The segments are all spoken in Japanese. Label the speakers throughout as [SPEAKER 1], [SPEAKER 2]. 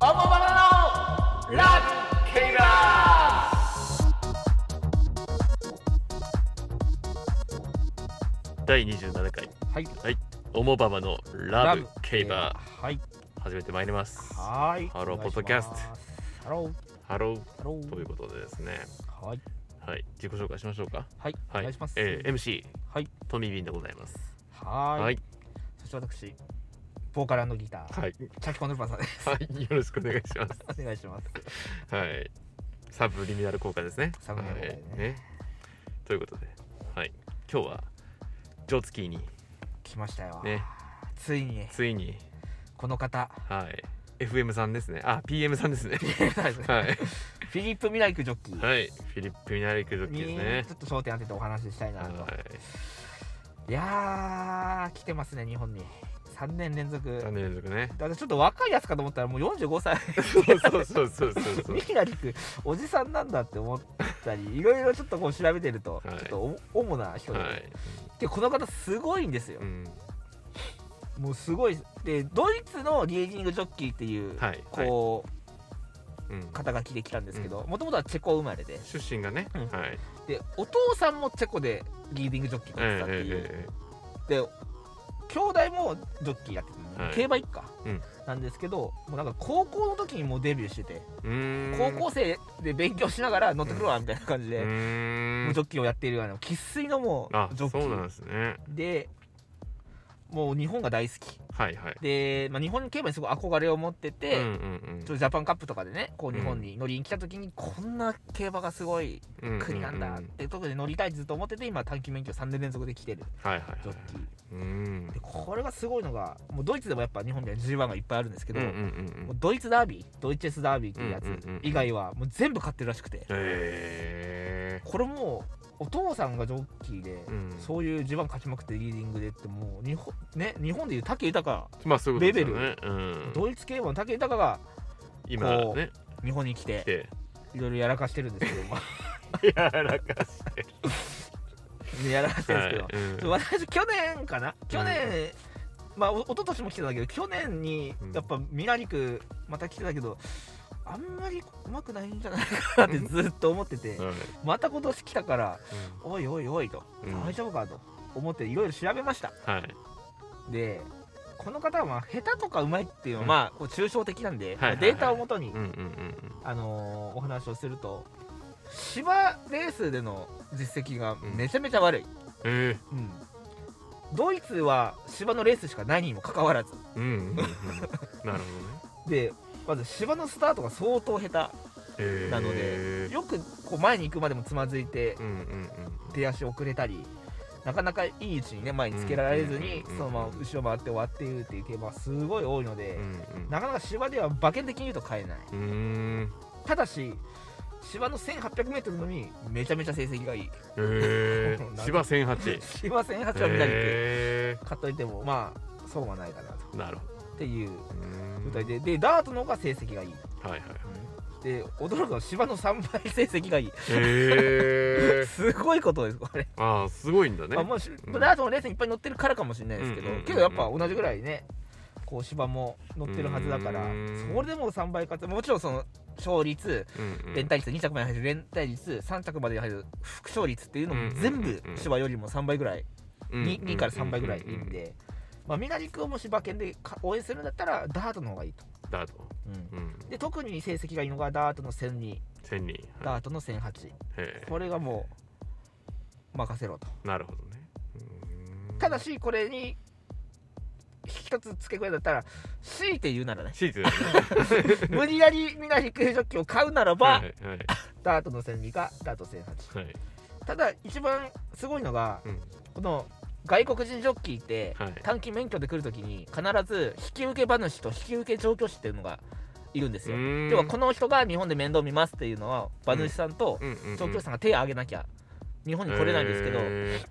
[SPEAKER 1] オモバナのラブケイラ
[SPEAKER 2] 第27回
[SPEAKER 1] はい
[SPEAKER 2] オモババのラブケイバ
[SPEAKER 1] ーはい
[SPEAKER 2] ー始めてまいります
[SPEAKER 1] はーい
[SPEAKER 2] ハロー
[SPEAKER 1] お願いし
[SPEAKER 2] ポッドキャスト
[SPEAKER 1] ますハロー
[SPEAKER 2] ハロー
[SPEAKER 1] ハロー
[SPEAKER 2] ということでですね
[SPEAKER 1] はい
[SPEAKER 2] はい自己紹介しましょうか
[SPEAKER 1] はい
[SPEAKER 2] は
[SPEAKER 1] お願いします
[SPEAKER 2] えー MC
[SPEAKER 1] はい
[SPEAKER 2] トミービンでございます
[SPEAKER 1] はーい
[SPEAKER 2] はい
[SPEAKER 1] そして私ボーカルギター
[SPEAKER 2] はい
[SPEAKER 1] チャキコヌルパンさんです
[SPEAKER 2] はいよろしくお願いします
[SPEAKER 1] お願いします
[SPEAKER 2] はいサブリミナル効果ですね
[SPEAKER 1] サブリミナル効
[SPEAKER 2] は
[SPEAKER 1] 果
[SPEAKER 2] い
[SPEAKER 1] ね
[SPEAKER 2] ねということではい今日はジョツキーに
[SPEAKER 1] 来ましたよ
[SPEAKER 2] ね
[SPEAKER 1] ついに
[SPEAKER 2] ついに
[SPEAKER 1] この方
[SPEAKER 2] はい FM さんですねあ PM さん ですね
[SPEAKER 1] フィ
[SPEAKER 2] はい
[SPEAKER 1] リップ・ミライクジョッキー
[SPEAKER 2] はいフィリップ・ミナリクジョッキー
[SPEAKER 1] に
[SPEAKER 2] です
[SPEAKER 1] ちょ
[SPEAKER 2] ね
[SPEAKER 1] っと焦点当ててお話ししたいなと
[SPEAKER 2] はい
[SPEAKER 1] いやー来てますね日本に3年連続
[SPEAKER 2] 3年連続 ね
[SPEAKER 1] 私ちょっと若いやつかと思ったらもう45歳
[SPEAKER 2] そうそうそうそうそうそう
[SPEAKER 1] ミキナリクおじさんなんだって思ったりいろいろちょっとこう調べてると、
[SPEAKER 2] はい
[SPEAKER 1] ちょっとお主な人で,、
[SPEAKER 2] はい
[SPEAKER 1] でこの方すごいんですよ
[SPEAKER 2] う、ん
[SPEAKER 1] もうすごいでドイツのリーディングジョッキーっていう、
[SPEAKER 2] はいはい
[SPEAKER 1] こ
[SPEAKER 2] うん
[SPEAKER 1] う肩書きで来たんですけどもともとはチェコ生まれで
[SPEAKER 2] 出身がね
[SPEAKER 1] うん
[SPEAKER 2] はい
[SPEAKER 1] でお父さんもチェコでリーディングジョッキー
[SPEAKER 2] え
[SPEAKER 1] やって
[SPEAKER 2] え
[SPEAKER 1] たってい
[SPEAKER 2] ええ
[SPEAKER 1] う、で兄弟もジョッキーやってて、
[SPEAKER 2] はい
[SPEAKER 1] 競馬一家
[SPEAKER 2] うん
[SPEAKER 1] なんですけど、もうなんか高校の時にもうデビューしてて、
[SPEAKER 2] うーん
[SPEAKER 1] 高校生で勉強しながら乗ってくるわみたいな感じ
[SPEAKER 2] う
[SPEAKER 1] で、
[SPEAKER 2] ー
[SPEAKER 1] もうんジョッキーをやっているような生粋のも
[SPEAKER 2] あ
[SPEAKER 1] うジョッキ
[SPEAKER 2] そうなん
[SPEAKER 1] ー
[SPEAKER 2] ですね
[SPEAKER 1] でもう日本が大好き
[SPEAKER 2] はいはい
[SPEAKER 1] で、まあ、日本競馬にすごい憧れを持って
[SPEAKER 2] う
[SPEAKER 1] て、
[SPEAKER 2] んうんうん
[SPEAKER 1] ちょっとジャパンカップとかでねこう日本に乗りに来た時にこんな競馬がすごい国なんだっ
[SPEAKER 2] ううう
[SPEAKER 1] てとこで乗りたいってずっと思ってて今短期免許3年連続で来てる
[SPEAKER 2] はいはいはい
[SPEAKER 1] ジョッキー。
[SPEAKER 2] うーん
[SPEAKER 1] でこれがすごいのがもうドイツでもやっぱ日本では G1 がいっぱいあるんですけど、
[SPEAKER 2] うんうんうんう
[SPEAKER 1] も
[SPEAKER 2] ん
[SPEAKER 1] うドイツダービードイツェスダービーっていうやつ
[SPEAKER 2] うんうんうんうん
[SPEAKER 1] 以外はもう全部買ってるらしくて
[SPEAKER 2] へ
[SPEAKER 1] これもうお父さんがジョッキーで、
[SPEAKER 2] えうん
[SPEAKER 1] そういう G1 勝ちまくってリーディングでってもう日本,、ね、日本でいう武豊、
[SPEAKER 2] まあそういうことですよ
[SPEAKER 1] レ
[SPEAKER 2] ねうん
[SPEAKER 1] ドイツ競馬の武豊がこ
[SPEAKER 2] 今
[SPEAKER 1] う
[SPEAKER 2] ね
[SPEAKER 1] 日本に来
[SPEAKER 2] 来
[SPEAKER 1] て
[SPEAKER 2] て
[SPEAKER 1] いろいろやらかしてるんです けど、ま
[SPEAKER 2] やらかして
[SPEAKER 1] あ、やらかしてるんですけど、
[SPEAKER 2] はいうん
[SPEAKER 1] そう私去年かな去年、まあお一昨年も来てたんだけど去年に
[SPEAKER 2] うん
[SPEAKER 1] やっぱミラリクまた来てたけどあんまりうまくないんじゃないかな ってずっと思ってて、
[SPEAKER 2] はい
[SPEAKER 1] また今年来たから
[SPEAKER 2] うん
[SPEAKER 1] おいおいおいと、
[SPEAKER 2] うん
[SPEAKER 1] 大丈夫かと思っていろいろ調べました
[SPEAKER 2] はい
[SPEAKER 1] でこの方はまあ下手とかうまいっていうのは
[SPEAKER 2] うん
[SPEAKER 1] まあこう抽象的なん
[SPEAKER 2] は
[SPEAKER 1] で、
[SPEAKER 2] いはいはい
[SPEAKER 1] まあデータをもとに、
[SPEAKER 2] うんうんうん
[SPEAKER 1] あのーお話をすると芝レースでの実績がめちゃめちゃ悪い、
[SPEAKER 2] うんえ
[SPEAKER 1] うんドイツは芝のレースしかないにもかかわらず
[SPEAKER 2] えうんうんうんなるほどね
[SPEAKER 1] でまず芝のスタートが相当下
[SPEAKER 2] へ
[SPEAKER 1] 手
[SPEAKER 2] え
[SPEAKER 1] なのでよくこう前に行くまでもつまずいて
[SPEAKER 2] うんうんうん
[SPEAKER 1] 出足遅れたりなかなかいい位置にね前につけられず
[SPEAKER 2] うんうんうんう
[SPEAKER 1] に
[SPEAKER 2] ん
[SPEAKER 1] そのまま後ろ回って終わっているっていう競馬はすごい多いので
[SPEAKER 2] うんうん
[SPEAKER 1] なかなか芝では馬券的に言うと買えないう
[SPEAKER 2] ーん
[SPEAKER 1] ただし芝の 1800m のみめちゃめちゃ成績がいい
[SPEAKER 2] へえ芝1008
[SPEAKER 1] 芝1800は見たり
[SPEAKER 2] へ
[SPEAKER 1] 買っといてもまあ損はないかなと
[SPEAKER 2] えなるほど
[SPEAKER 1] っていう
[SPEAKER 2] うーん
[SPEAKER 1] 状態ででダートの方が成績がいい
[SPEAKER 2] はいはい
[SPEAKER 1] で驚くのは芝の3倍成績がいい、
[SPEAKER 2] へえ
[SPEAKER 1] すごいことですこれ、
[SPEAKER 2] ああすごいんだね
[SPEAKER 1] まあもうし
[SPEAKER 2] うん
[SPEAKER 1] ダートのレースにいっぱい乗ってるからかもしれないですけど、
[SPEAKER 2] うんうんうんうん
[SPEAKER 1] けどやっぱ同じぐらいねこう芝も乗ってるはずだから
[SPEAKER 2] うん
[SPEAKER 1] それでも3倍勝つもちろんその勝率
[SPEAKER 2] うんうん
[SPEAKER 1] 連帯率2着まで入る連帯率3着まで入る副勝率っていうのも全
[SPEAKER 2] うんうん
[SPEAKER 1] 部
[SPEAKER 2] うんうん
[SPEAKER 1] 芝よりも3倍ぐらい 2,
[SPEAKER 2] うん
[SPEAKER 1] 2から3倍ぐらいいい
[SPEAKER 2] うんうう
[SPEAKER 1] で、まあ、みなりくんも芝県でか応援するんだったらダートの方がいいと、
[SPEAKER 2] んダート
[SPEAKER 1] うん
[SPEAKER 2] うん
[SPEAKER 1] で特に成績がいいのがダートの1002
[SPEAKER 2] 千人
[SPEAKER 1] ダ
[SPEAKER 2] は
[SPEAKER 1] ートの1008
[SPEAKER 2] いへ
[SPEAKER 1] これがもう任せろと
[SPEAKER 2] えなるほどねうーん
[SPEAKER 1] ただしこれに一つ付け加えだったら強いて言うならね
[SPEAKER 2] シーズンだね
[SPEAKER 1] 無理やりみなりくんジョッキを買うならば、
[SPEAKER 2] はいはい
[SPEAKER 1] ダートの1002かダート1008
[SPEAKER 2] はい
[SPEAKER 1] ただ一番すごいのが
[SPEAKER 2] うん
[SPEAKER 1] この外国人ジョッキーって
[SPEAKER 2] はい
[SPEAKER 1] 短期免許で来るときに必ず引き受け馬主と引き受け調教師っていうのがいるんですよ
[SPEAKER 2] うーん
[SPEAKER 1] 要はこの人が日本で面倒見ますっていうのは馬主さんと
[SPEAKER 2] うんうんうん
[SPEAKER 1] 調教師さんが手を挙げなきゃ日本に来れないんですけど、
[SPEAKER 2] へ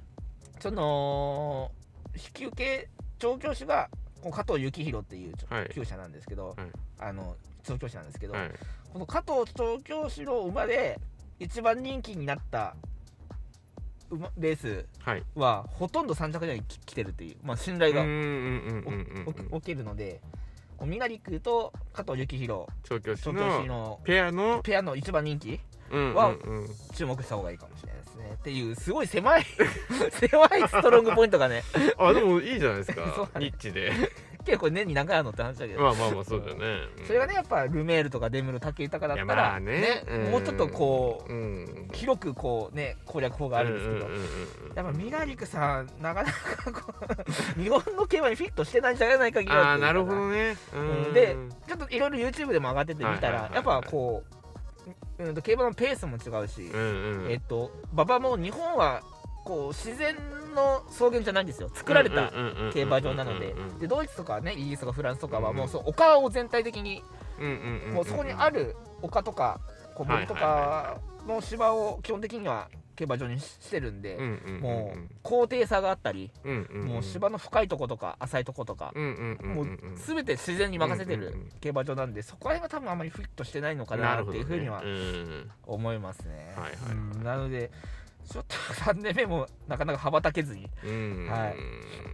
[SPEAKER 1] その引き受け調教師がこう加藤幸宏っていう
[SPEAKER 2] はい
[SPEAKER 1] 厩舎なんですけど、
[SPEAKER 2] はい
[SPEAKER 1] あの調教師なんですけ
[SPEAKER 2] え
[SPEAKER 1] ど、
[SPEAKER 2] はい
[SPEAKER 1] この加藤調教師の馬で一番人気になった馬レース
[SPEAKER 2] はい
[SPEAKER 1] はほとんど3着以内に来来てるっていう、まあ、信頼が
[SPEAKER 2] うんうんうんうんうん
[SPEAKER 1] お起きるのでミナリクと加藤幸宏
[SPEAKER 2] 調教師
[SPEAKER 1] 調教
[SPEAKER 2] の
[SPEAKER 1] 師の
[SPEAKER 2] ペアの、
[SPEAKER 1] ペアの一番人気
[SPEAKER 2] うん
[SPEAKER 1] は
[SPEAKER 2] うんうん
[SPEAKER 1] 注目した方がいいかもしれないですねっていうすごい 狭い狭いストロングポイントがね
[SPEAKER 2] あでもいいじゃないです
[SPEAKER 1] そう
[SPEAKER 2] か
[SPEAKER 1] だね
[SPEAKER 2] ニッチで
[SPEAKER 1] 結構年に何回あるのって話だけど、
[SPEAKER 2] まあまあまあそうだよね、うん
[SPEAKER 1] それがねやっぱルメールとかデムル武豊だ
[SPEAKER 2] い
[SPEAKER 1] った
[SPEAKER 2] やま
[SPEAKER 1] ら
[SPEAKER 2] あねん
[SPEAKER 1] もうちょっとこう、
[SPEAKER 2] うん
[SPEAKER 1] 広くこうね攻略法があるんですけど、
[SPEAKER 2] うううんうん
[SPEAKER 1] やっぱミナリクさんなかなかこう日本の競馬にフィットしてないんじゃないか疑惑
[SPEAKER 2] ああなるほどねうん
[SPEAKER 1] でちょっといろいろ YouTube でも上がってて見たら、
[SPEAKER 2] はいはいはいはい
[SPEAKER 1] やっぱこう、うん、と競馬のペースも違うし、
[SPEAKER 2] うんうん
[SPEAKER 1] えっと馬場も日本はこう自然の草原じゃないんですよ作られた競馬場なのででドイツとかねイギリスとかフランスとかはもうそう丘を全体的にもうそこにある丘とかこう森と
[SPEAKER 2] はいはいは
[SPEAKER 1] かの芝を基本的には競馬場にししてるんで、も
[SPEAKER 2] も
[SPEAKER 1] う高低差があったり、
[SPEAKER 2] うんうん
[SPEAKER 1] もう芝の深いとことか浅いとことか、
[SPEAKER 2] うんうんうん
[SPEAKER 1] も
[SPEAKER 2] う
[SPEAKER 1] うん
[SPEAKER 2] うん
[SPEAKER 1] 全て自然に任せて
[SPEAKER 2] うんうんう
[SPEAKER 1] る
[SPEAKER 2] ん
[SPEAKER 1] 競馬場なんでそこら辺が多分あんまりフィットしてないのかなっていうふうには
[SPEAKER 2] なるほどね
[SPEAKER 1] 思いますね。
[SPEAKER 2] はいはいはい
[SPEAKER 1] うんなのでちょっと3年目もなかなか羽ばたけずに
[SPEAKER 2] うんうん
[SPEAKER 1] はい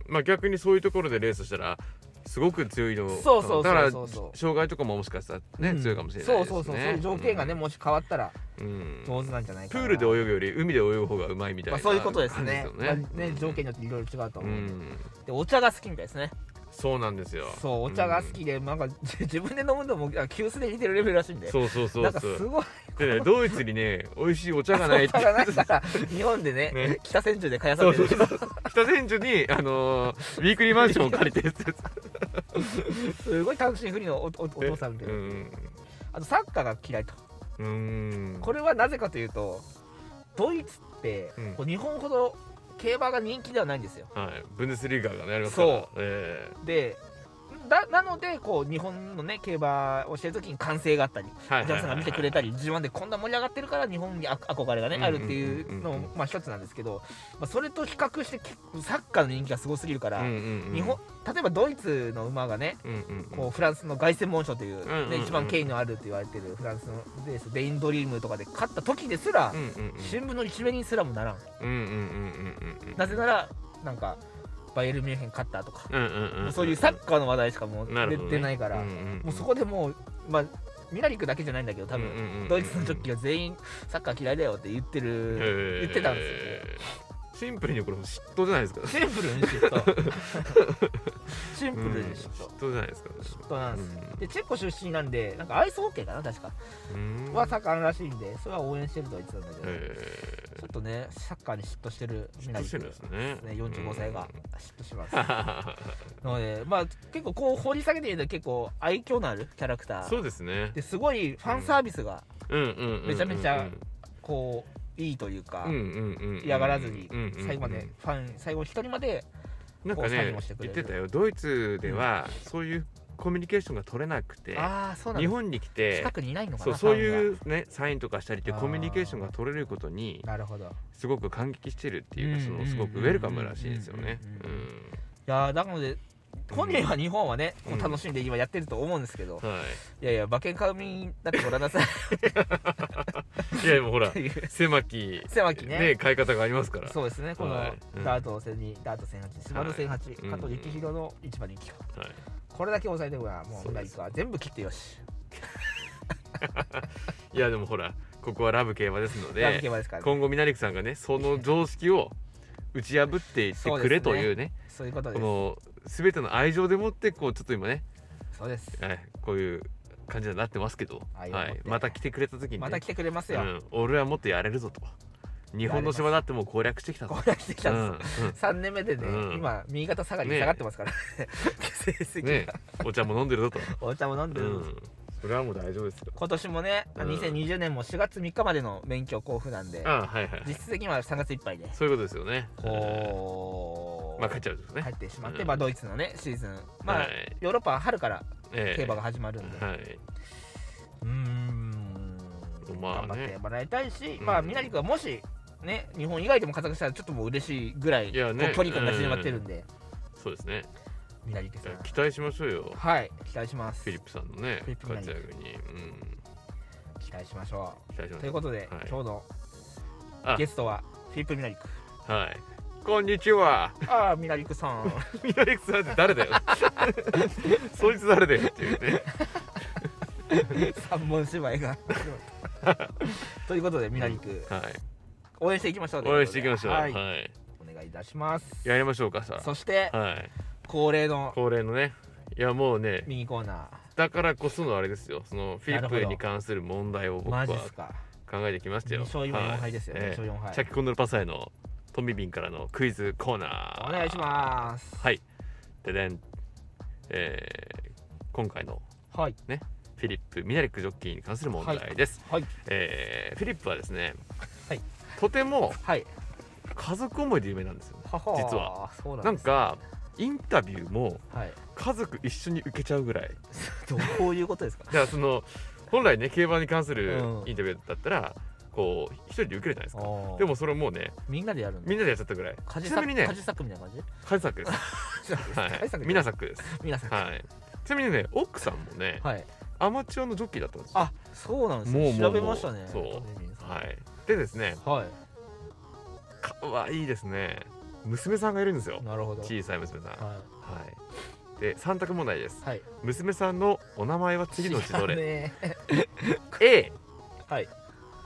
[SPEAKER 2] まあ逆にそういうところでレースしたらすごく強いの
[SPEAKER 1] そうそうそうそう
[SPEAKER 2] だから
[SPEAKER 1] そう
[SPEAKER 2] 障害とかももしかしたらね、
[SPEAKER 1] うん
[SPEAKER 2] 強いかもしれないですね
[SPEAKER 1] そうそうそうそういう条件がね、もし変わったら
[SPEAKER 2] うんうん
[SPEAKER 1] 上手なんじゃないか
[SPEAKER 2] プ
[SPEAKER 1] な
[SPEAKER 2] ールで泳ぐより海で泳ぐ方がうまいみたい
[SPEAKER 1] ま
[SPEAKER 2] な
[SPEAKER 1] あ、そういうことですね
[SPEAKER 2] 感じ
[SPEAKER 1] まあ
[SPEAKER 2] よね
[SPEAKER 1] ね条件によっていろいろ違うと
[SPEAKER 2] う
[SPEAKER 1] 思うんで,、
[SPEAKER 2] ん
[SPEAKER 1] でお茶が好きみたいですね
[SPEAKER 2] そうなんですよ
[SPEAKER 1] そうお茶が好きで、なんかじ自分で飲むのも急須で似てるレベルらしいんで
[SPEAKER 2] そうそうそうそう
[SPEAKER 1] なんかすごい
[SPEAKER 2] でねドイツにね美味しいお茶がないって
[SPEAKER 1] お茶がないから日本でね
[SPEAKER 2] ね
[SPEAKER 1] 北千住で開発さ
[SPEAKER 2] そ
[SPEAKER 1] れ
[SPEAKER 2] う
[SPEAKER 1] て
[SPEAKER 2] そ
[SPEAKER 1] る
[SPEAKER 2] うそう北千住にあのーウィークリーマンションを借りてるってやつ
[SPEAKER 1] すごい単身不利のおおお父さんみ たいな、
[SPEAKER 2] うん
[SPEAKER 1] あとサッカーが嫌いと
[SPEAKER 2] うん
[SPEAKER 1] これはなぜかというとドイツって、
[SPEAKER 2] うん
[SPEAKER 1] こう日本ほど競馬が人気ではないんですよ
[SPEAKER 2] はいブンデスリーガーがねありますから
[SPEAKER 1] そう
[SPEAKER 2] え
[SPEAKER 1] でだなのでこう日本のね競馬をしてる時に歓声があったり
[SPEAKER 2] えはい
[SPEAKER 1] お客さんが見てくれたり G1 でこんな盛り上がってるから日本にあ憧れがねあるってい
[SPEAKER 2] うんう
[SPEAKER 1] うん
[SPEAKER 2] うん
[SPEAKER 1] の
[SPEAKER 2] うん
[SPEAKER 1] もまあ一つなんですけど、まあ、それと比較して結構サッカーの人気がすごすぎるから、日
[SPEAKER 2] 日
[SPEAKER 1] 本例えばドイツの馬がねこうフランスの凱旋門賞という、
[SPEAKER 2] うんうん
[SPEAKER 1] ね
[SPEAKER 2] うん
[SPEAKER 1] 一番権威のあると言われてるフランスのレースデインドリームとかで勝った時ですら、
[SPEAKER 2] うんうん
[SPEAKER 1] 新聞の一面にすらもならん
[SPEAKER 2] うんうんうんうんうん
[SPEAKER 1] なぜならなんかバイエルミュンヘン勝ったとか、
[SPEAKER 2] うんうんうん
[SPEAKER 1] もうそういうサッカーの話題しかもう
[SPEAKER 2] なる
[SPEAKER 1] 出
[SPEAKER 2] ほどね
[SPEAKER 1] てないから、
[SPEAKER 2] うんうんうん
[SPEAKER 1] もうそこでもうまあミラリクだけじゃないんだけど多分、
[SPEAKER 2] うんうんうん
[SPEAKER 1] ドイツのジョッキーが全員サッカー嫌いだよって言ってる、言ってたんですよ、
[SPEAKER 2] すよシンプルにこれも嫉妬じゃないですか
[SPEAKER 1] シンプルに嫉 妬シンプルに嫉妬、
[SPEAKER 2] うん嫉妬じゃないですか
[SPEAKER 1] 嫉妬なんですでチェコ出身なんでなんかアイスホッケーかな確か
[SPEAKER 2] うん
[SPEAKER 1] は盛んらしいんでそれは応援してるとは言ってたんだけど、
[SPEAKER 2] え
[SPEAKER 1] ちょっとねサッカーに嫉妬してる
[SPEAKER 2] え嫉妬してるんですね
[SPEAKER 1] ね45歳が嫉妬します、
[SPEAKER 2] う
[SPEAKER 1] なのでまあ結構こう掘り下げていると結構愛嬌のあるキャラクタ
[SPEAKER 2] んそ
[SPEAKER 1] ー
[SPEAKER 2] うですね
[SPEAKER 1] ですごいファンサービスが
[SPEAKER 2] うんうんうんうん
[SPEAKER 1] めちゃめちゃこういいというか、
[SPEAKER 2] うんうんうんうん
[SPEAKER 1] 嫌がらずに
[SPEAKER 2] うんうんうん
[SPEAKER 1] 最後までファン最後一人まで
[SPEAKER 2] なんか
[SPEAKER 1] こう作
[SPEAKER 2] ね
[SPEAKER 1] 業してくれ
[SPEAKER 2] 言
[SPEAKER 1] る
[SPEAKER 2] ってたよドイツではそういうコミュニケーションが取れなくて
[SPEAKER 1] ああそうなん
[SPEAKER 2] 日
[SPEAKER 1] だ
[SPEAKER 2] 本に来て
[SPEAKER 1] 近くにいないのかな
[SPEAKER 2] そうそう
[SPEAKER 1] ファン
[SPEAKER 2] いうねサインとかしたりっていう
[SPEAKER 1] あー
[SPEAKER 2] コミュニケーションが取れることに
[SPEAKER 1] がなるほどい
[SPEAKER 2] すごく感激してるっていう
[SPEAKER 1] う
[SPEAKER 2] か
[SPEAKER 1] ん
[SPEAKER 2] そのすごくウェルカムらしいですよね
[SPEAKER 1] うんうんうんやーなので本人は日本はね、こう楽しんで今やってると思うんですけど、
[SPEAKER 2] うんはい
[SPEAKER 1] やいや馬券買う身になってごらんなさい
[SPEAKER 2] いいやでもほ ら
[SPEAKER 1] っていう
[SPEAKER 2] 狭き
[SPEAKER 1] 狭きね
[SPEAKER 2] 買い方がありますから
[SPEAKER 1] そうですね、こ
[SPEAKER 2] は
[SPEAKER 1] の
[SPEAKER 2] いうん
[SPEAKER 1] ダート戦に、ダート戦八、芝の戦八、
[SPEAKER 2] い
[SPEAKER 1] 加藤幸宏の一番人気、
[SPEAKER 2] はい
[SPEAKER 1] これだけ抑えておけば、もう
[SPEAKER 2] そう
[SPEAKER 1] 何
[SPEAKER 2] です
[SPEAKER 1] か全部切ってよし。
[SPEAKER 2] いやでもほらここはラブ競馬ですの
[SPEAKER 1] ラブ競
[SPEAKER 2] で
[SPEAKER 1] 馬ですからね、
[SPEAKER 2] 今後みなりくさんがねその常識を打ち破っていってくれというね
[SPEAKER 1] そういうことで
[SPEAKER 2] こ
[SPEAKER 1] す。
[SPEAKER 2] の全ての愛情でもってこうちょっと今ね、
[SPEAKER 1] そうです。
[SPEAKER 2] はい、こういう感じになってますけど、は
[SPEAKER 1] 愛
[SPEAKER 2] い
[SPEAKER 1] を持って
[SPEAKER 2] また来てくれた時に、ね、
[SPEAKER 1] また来てくれます
[SPEAKER 2] う
[SPEAKER 1] よ。
[SPEAKER 2] ん、俺はもっとやれるぞと日本の島だってもう攻略してきたぞ
[SPEAKER 1] これしてきたんです。
[SPEAKER 2] うんうん
[SPEAKER 1] 3年目でね、
[SPEAKER 2] うん
[SPEAKER 1] 今、右肩下がりに
[SPEAKER 2] ねえ
[SPEAKER 1] 下がってますからね。 成績が、
[SPEAKER 2] ねお茶も飲んでるぞ と、
[SPEAKER 1] お茶も飲んで
[SPEAKER 2] う
[SPEAKER 1] る、
[SPEAKER 2] ん、それはもう大丈夫ですよ
[SPEAKER 1] 今年もね、
[SPEAKER 2] うん
[SPEAKER 1] 2020年も4月3日までの免許交付なんで、
[SPEAKER 2] あはいはい
[SPEAKER 1] 実質的には3月いっぱいで、
[SPEAKER 2] そういうことですよね
[SPEAKER 1] こう、
[SPEAKER 2] まあ帰っちゃうんですよね
[SPEAKER 1] 入ってしまって、
[SPEAKER 2] うん
[SPEAKER 1] まあ、ドイツのね、シーズン、まあ、
[SPEAKER 2] はい
[SPEAKER 1] ヨーロッパは春から
[SPEAKER 2] ええ
[SPEAKER 1] 競馬が始まるんで、
[SPEAKER 2] はい、
[SPEAKER 1] うーん、
[SPEAKER 2] まあね
[SPEAKER 1] 頑張ってもらいたいし、
[SPEAKER 2] うん
[SPEAKER 1] まあ、みなりくんはもし、ね、日本以外でも活躍したらちょっともう嬉しいぐらい
[SPEAKER 2] いやね
[SPEAKER 1] こう距離感が縮まってるんで、
[SPEAKER 2] そうですね
[SPEAKER 1] みなりくさん、
[SPEAKER 2] 期待しましょうよ
[SPEAKER 1] はい、期待します。
[SPEAKER 2] フィリップさんのね
[SPEAKER 1] フィリップ
[SPEAKER 2] 活
[SPEAKER 1] 何
[SPEAKER 2] 躍に、うん、
[SPEAKER 1] 期待しましょ
[SPEAKER 2] 期待しま
[SPEAKER 1] う。と
[SPEAKER 2] し
[SPEAKER 1] いう
[SPEAKER 2] ょ
[SPEAKER 1] ことで、
[SPEAKER 2] はい
[SPEAKER 1] 今日の
[SPEAKER 2] あ
[SPEAKER 1] ゲストはフィリップ・みなりく。
[SPEAKER 2] うはいこんにちは
[SPEAKER 1] ああミラリクさん
[SPEAKER 2] ミラリクさんって誰だよそいつ誰だよっていうね
[SPEAKER 1] 三本芝居が ということでミラリク
[SPEAKER 2] はい
[SPEAKER 1] 応援していきましょうとうこと
[SPEAKER 2] 応
[SPEAKER 1] で
[SPEAKER 2] 援していきましょう
[SPEAKER 1] は
[SPEAKER 2] はい
[SPEAKER 1] い、お願いいたします
[SPEAKER 2] やりましょうかさ
[SPEAKER 1] そして
[SPEAKER 2] はい
[SPEAKER 1] 恒例の
[SPEAKER 2] 恒例のねいやもうね
[SPEAKER 1] ミニコーナ
[SPEAKER 2] だからこそのあれですよそのフィリ
[SPEAKER 1] なるほ
[SPEAKER 2] ップ
[SPEAKER 1] ど
[SPEAKER 2] に関する問題を
[SPEAKER 1] ー
[SPEAKER 2] 僕は
[SPEAKER 1] マジっすか
[SPEAKER 2] 考えてきましたよ
[SPEAKER 1] 2勝4
[SPEAKER 2] はい
[SPEAKER 1] 敗ですよ、
[SPEAKER 2] え
[SPEAKER 1] 2
[SPEAKER 2] え
[SPEAKER 1] 勝4敗
[SPEAKER 2] チャッキコンドルパサイのトミビンからのクイズコーナー
[SPEAKER 1] お願いします
[SPEAKER 2] はいででん、えー今回の
[SPEAKER 1] はい
[SPEAKER 2] フィリップミナリックジョッキーに関する問題です、
[SPEAKER 1] はい
[SPEAKER 2] えーフィリップはですね、
[SPEAKER 1] はい
[SPEAKER 2] とても
[SPEAKER 1] はい
[SPEAKER 2] 家族思いで有名なんですよ
[SPEAKER 1] はは
[SPEAKER 2] 実は
[SPEAKER 1] そうな
[SPEAKER 2] なんん
[SPEAKER 1] です
[SPEAKER 2] かインタビューも
[SPEAKER 1] はい
[SPEAKER 2] 家族一緒に受けちゃうぐらい
[SPEAKER 1] どういうことです か
[SPEAKER 2] だからその本来ね競馬に関する
[SPEAKER 1] うん
[SPEAKER 2] インタビューだったら、こう一人で受けるじゃないですかで
[SPEAKER 1] で
[SPEAKER 2] もそれもうね
[SPEAKER 1] みんなでやるんだ
[SPEAKER 2] みんなでやっちゃったぐらい
[SPEAKER 1] カジ
[SPEAKER 2] ちな
[SPEAKER 1] サッ
[SPEAKER 2] み
[SPEAKER 1] ク
[SPEAKER 2] にね
[SPEAKER 1] カジサックみたいな感じ
[SPEAKER 2] カジサックです
[SPEAKER 1] カジサッ
[SPEAKER 2] は
[SPEAKER 1] ク
[SPEAKER 2] いミナサックです
[SPEAKER 1] 皆さん
[SPEAKER 2] はいちなみにね奥さんもね
[SPEAKER 1] はい
[SPEAKER 2] アマチュアのジョッキーだったんですよ
[SPEAKER 1] あそうなんです
[SPEAKER 2] もう
[SPEAKER 1] ね
[SPEAKER 2] もう
[SPEAKER 1] 調べましたね
[SPEAKER 2] そう
[SPEAKER 1] トミビンさん
[SPEAKER 2] はいでですね
[SPEAKER 1] は
[SPEAKER 2] 可愛いですね娘さんがいるんですよ
[SPEAKER 1] いなるほど
[SPEAKER 2] 小さい娘さんは
[SPEAKER 1] はい
[SPEAKER 2] で3択問題です
[SPEAKER 1] いはい
[SPEAKER 2] 娘さんのお名前は次のうちどれ
[SPEAKER 1] れ
[SPEAKER 2] A
[SPEAKER 1] はい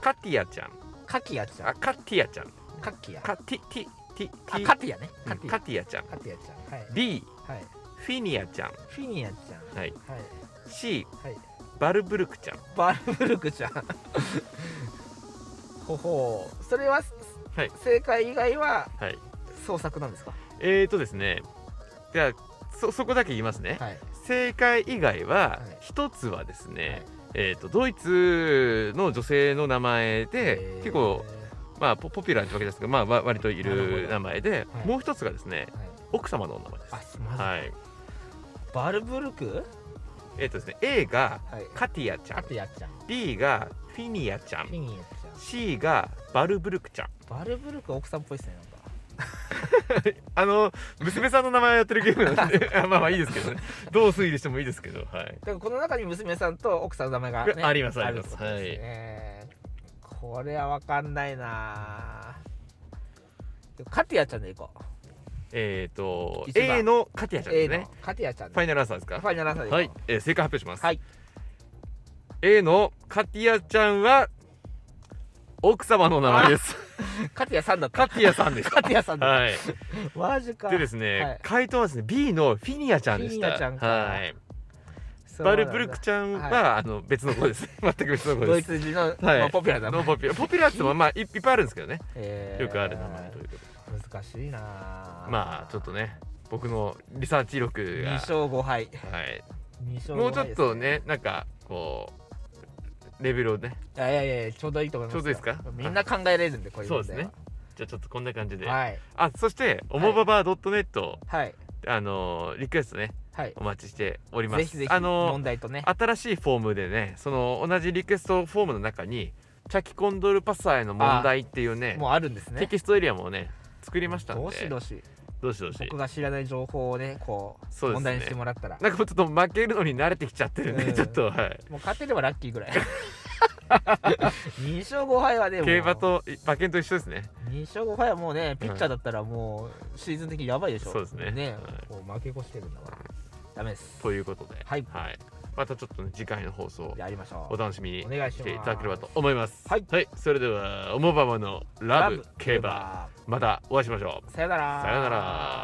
[SPEAKER 2] カティアちゃん
[SPEAKER 1] カキヤちゃ
[SPEAKER 2] あ
[SPEAKER 1] ん
[SPEAKER 2] カティアちゃん
[SPEAKER 1] カキヤ
[SPEAKER 2] カティティティ
[SPEAKER 1] あ
[SPEAKER 2] ティ
[SPEAKER 1] カティアね
[SPEAKER 2] う
[SPEAKER 1] カ
[SPEAKER 2] ん
[SPEAKER 1] ティ
[SPEAKER 2] カ
[SPEAKER 1] ア
[SPEAKER 2] ティアちゃん
[SPEAKER 1] カティアちゃんはい
[SPEAKER 2] B
[SPEAKER 1] はい
[SPEAKER 2] フィニアちゃん
[SPEAKER 1] フィニアちゃん
[SPEAKER 2] はい
[SPEAKER 1] はい
[SPEAKER 2] C
[SPEAKER 1] はい
[SPEAKER 2] バルブルクちゃん
[SPEAKER 1] バルブルクちゃんほほうそれは、
[SPEAKER 2] はい
[SPEAKER 1] 正解以外は
[SPEAKER 2] はい
[SPEAKER 1] 創作なんですか
[SPEAKER 2] えーとですねじゃあそそこだけ言いますね
[SPEAKER 1] はい
[SPEAKER 2] 正解以外は
[SPEAKER 1] はい
[SPEAKER 2] 一つはですね、
[SPEAKER 1] はい
[SPEAKER 2] えー、とドイツの女性の名前で
[SPEAKER 1] えー
[SPEAKER 2] 結構、まあ、ポポピュラーってわけですけど、まあ、わ割とい
[SPEAKER 1] なるほ
[SPEAKER 2] る
[SPEAKER 1] ど
[SPEAKER 2] 名前で、
[SPEAKER 1] はい
[SPEAKER 2] もう一つがですね
[SPEAKER 1] はい、
[SPEAKER 2] 奥様のお名前です
[SPEAKER 1] あ。すいません、
[SPEAKER 2] はい、
[SPEAKER 1] バルブルク
[SPEAKER 2] えっ、とですね A が
[SPEAKER 1] はい
[SPEAKER 2] カティアちゃ
[SPEAKER 1] カ
[SPEAKER 2] ん
[SPEAKER 1] ティアちゃん
[SPEAKER 2] B がフィニアちゃ
[SPEAKER 1] フィ
[SPEAKER 2] ん
[SPEAKER 1] ニアちゃん
[SPEAKER 2] C がバルブルクちゃん
[SPEAKER 1] バルブルクは奥さんっぽいですねなんか
[SPEAKER 2] あの娘さんの名前をやってるゲームなんで あまあまあいいですけどねどう推理してもいいですけどはい
[SPEAKER 1] だからこの中に娘さんと奥さんの名前が、ね、
[SPEAKER 2] ありますあります
[SPEAKER 1] るってことですねこれは分かんないなぁでもカティアちゃんでいこう
[SPEAKER 2] えっ、と
[SPEAKER 1] 一番
[SPEAKER 2] A のカティアちゃんで
[SPEAKER 1] A
[SPEAKER 2] すね
[SPEAKER 1] のカティアちゃんで
[SPEAKER 2] ファイナルアンサーですか
[SPEAKER 1] ファイナルアンサーでいこう
[SPEAKER 2] はい、えー正解発表します、
[SPEAKER 1] はい
[SPEAKER 2] A のカティアちゃんは奥様の名前です
[SPEAKER 1] カティアさんだった
[SPEAKER 2] カティアさんで した
[SPEAKER 1] カティアさん だ
[SPEAKER 2] はい
[SPEAKER 1] マジか
[SPEAKER 2] でですね、
[SPEAKER 1] はい
[SPEAKER 2] 回答はですね B のフィニアちゃんでした
[SPEAKER 1] フィニアちゃんか
[SPEAKER 2] はい
[SPEAKER 1] そうな
[SPEAKER 2] バ
[SPEAKER 1] んだ
[SPEAKER 2] ルブルクちゃんは、あの別の子 です全く別 の子
[SPEAKER 1] ド
[SPEAKER 2] で
[SPEAKER 1] イ
[SPEAKER 2] す
[SPEAKER 1] ツ人の、
[SPEAKER 2] はい
[SPEAKER 1] まあ、ポピュラーだな
[SPEAKER 2] のポピュラーポピュラーってもまあいいっぱいあるんですけどね
[SPEAKER 1] えー
[SPEAKER 2] よくある名前ということで、
[SPEAKER 1] 難しいなぁ
[SPEAKER 2] まあちょっとね僕のリサーチ力
[SPEAKER 1] 2
[SPEAKER 2] が、
[SPEAKER 1] 勝5敗
[SPEAKER 2] はい、
[SPEAKER 1] 二勝
[SPEAKER 2] も
[SPEAKER 1] 五
[SPEAKER 2] うちょ
[SPEAKER 1] 敗
[SPEAKER 2] っ
[SPEAKER 1] です
[SPEAKER 2] とねなんかこうレベルをね
[SPEAKER 1] いやいやいやちょうどいいと思います
[SPEAKER 2] ちょ
[SPEAKER 1] よ
[SPEAKER 2] うどいいですか
[SPEAKER 1] みんな考えれるんでこういう問題は
[SPEAKER 2] そうじゃあちょっとこんな感じで、
[SPEAKER 1] はい
[SPEAKER 2] あそしておもばば .net、
[SPEAKER 1] はい
[SPEAKER 2] あのーリクエストね
[SPEAKER 1] はい
[SPEAKER 2] お待ちしております
[SPEAKER 1] ぜひぜひ
[SPEAKER 2] あの
[SPEAKER 1] 問題とね
[SPEAKER 2] ー新しいフォームでねその同じリクエストフォームの中にチャキコンドルパサーへの問題っていうね
[SPEAKER 1] もうあるんですね
[SPEAKER 2] テキストエリアもね作りましたんで
[SPEAKER 1] どしどし
[SPEAKER 2] どしどし
[SPEAKER 1] 僕が知らない情報をねこう
[SPEAKER 2] そうですね
[SPEAKER 1] 問題にしてもらったら
[SPEAKER 2] なんかもうちょっと負けるのに慣れてきちゃってるんで、
[SPEAKER 1] うん
[SPEAKER 2] ちょっと、はい、
[SPEAKER 1] もう勝てればラッキー ぐらい2勝5敗はねもう
[SPEAKER 2] 競馬とい馬券と一緒ですね
[SPEAKER 1] 2勝5敗はもうねピッチャーだったらもうシーズン的にやばいでしょ
[SPEAKER 2] そうですね
[SPEAKER 1] ね
[SPEAKER 2] はい
[SPEAKER 1] もう負け越してるんだからダメです
[SPEAKER 2] ということで、
[SPEAKER 1] はい
[SPEAKER 2] またちょっとね次回の放送
[SPEAKER 1] やりましょ
[SPEAKER 2] お
[SPEAKER 1] う
[SPEAKER 2] 楽しみに
[SPEAKER 1] お願いし
[SPEAKER 2] し
[SPEAKER 1] ます
[SPEAKER 2] ていただければと思います
[SPEAKER 1] はい
[SPEAKER 2] それではおもばばのラブ競馬またお会いしましょう
[SPEAKER 1] さよなら
[SPEAKER 2] さよなら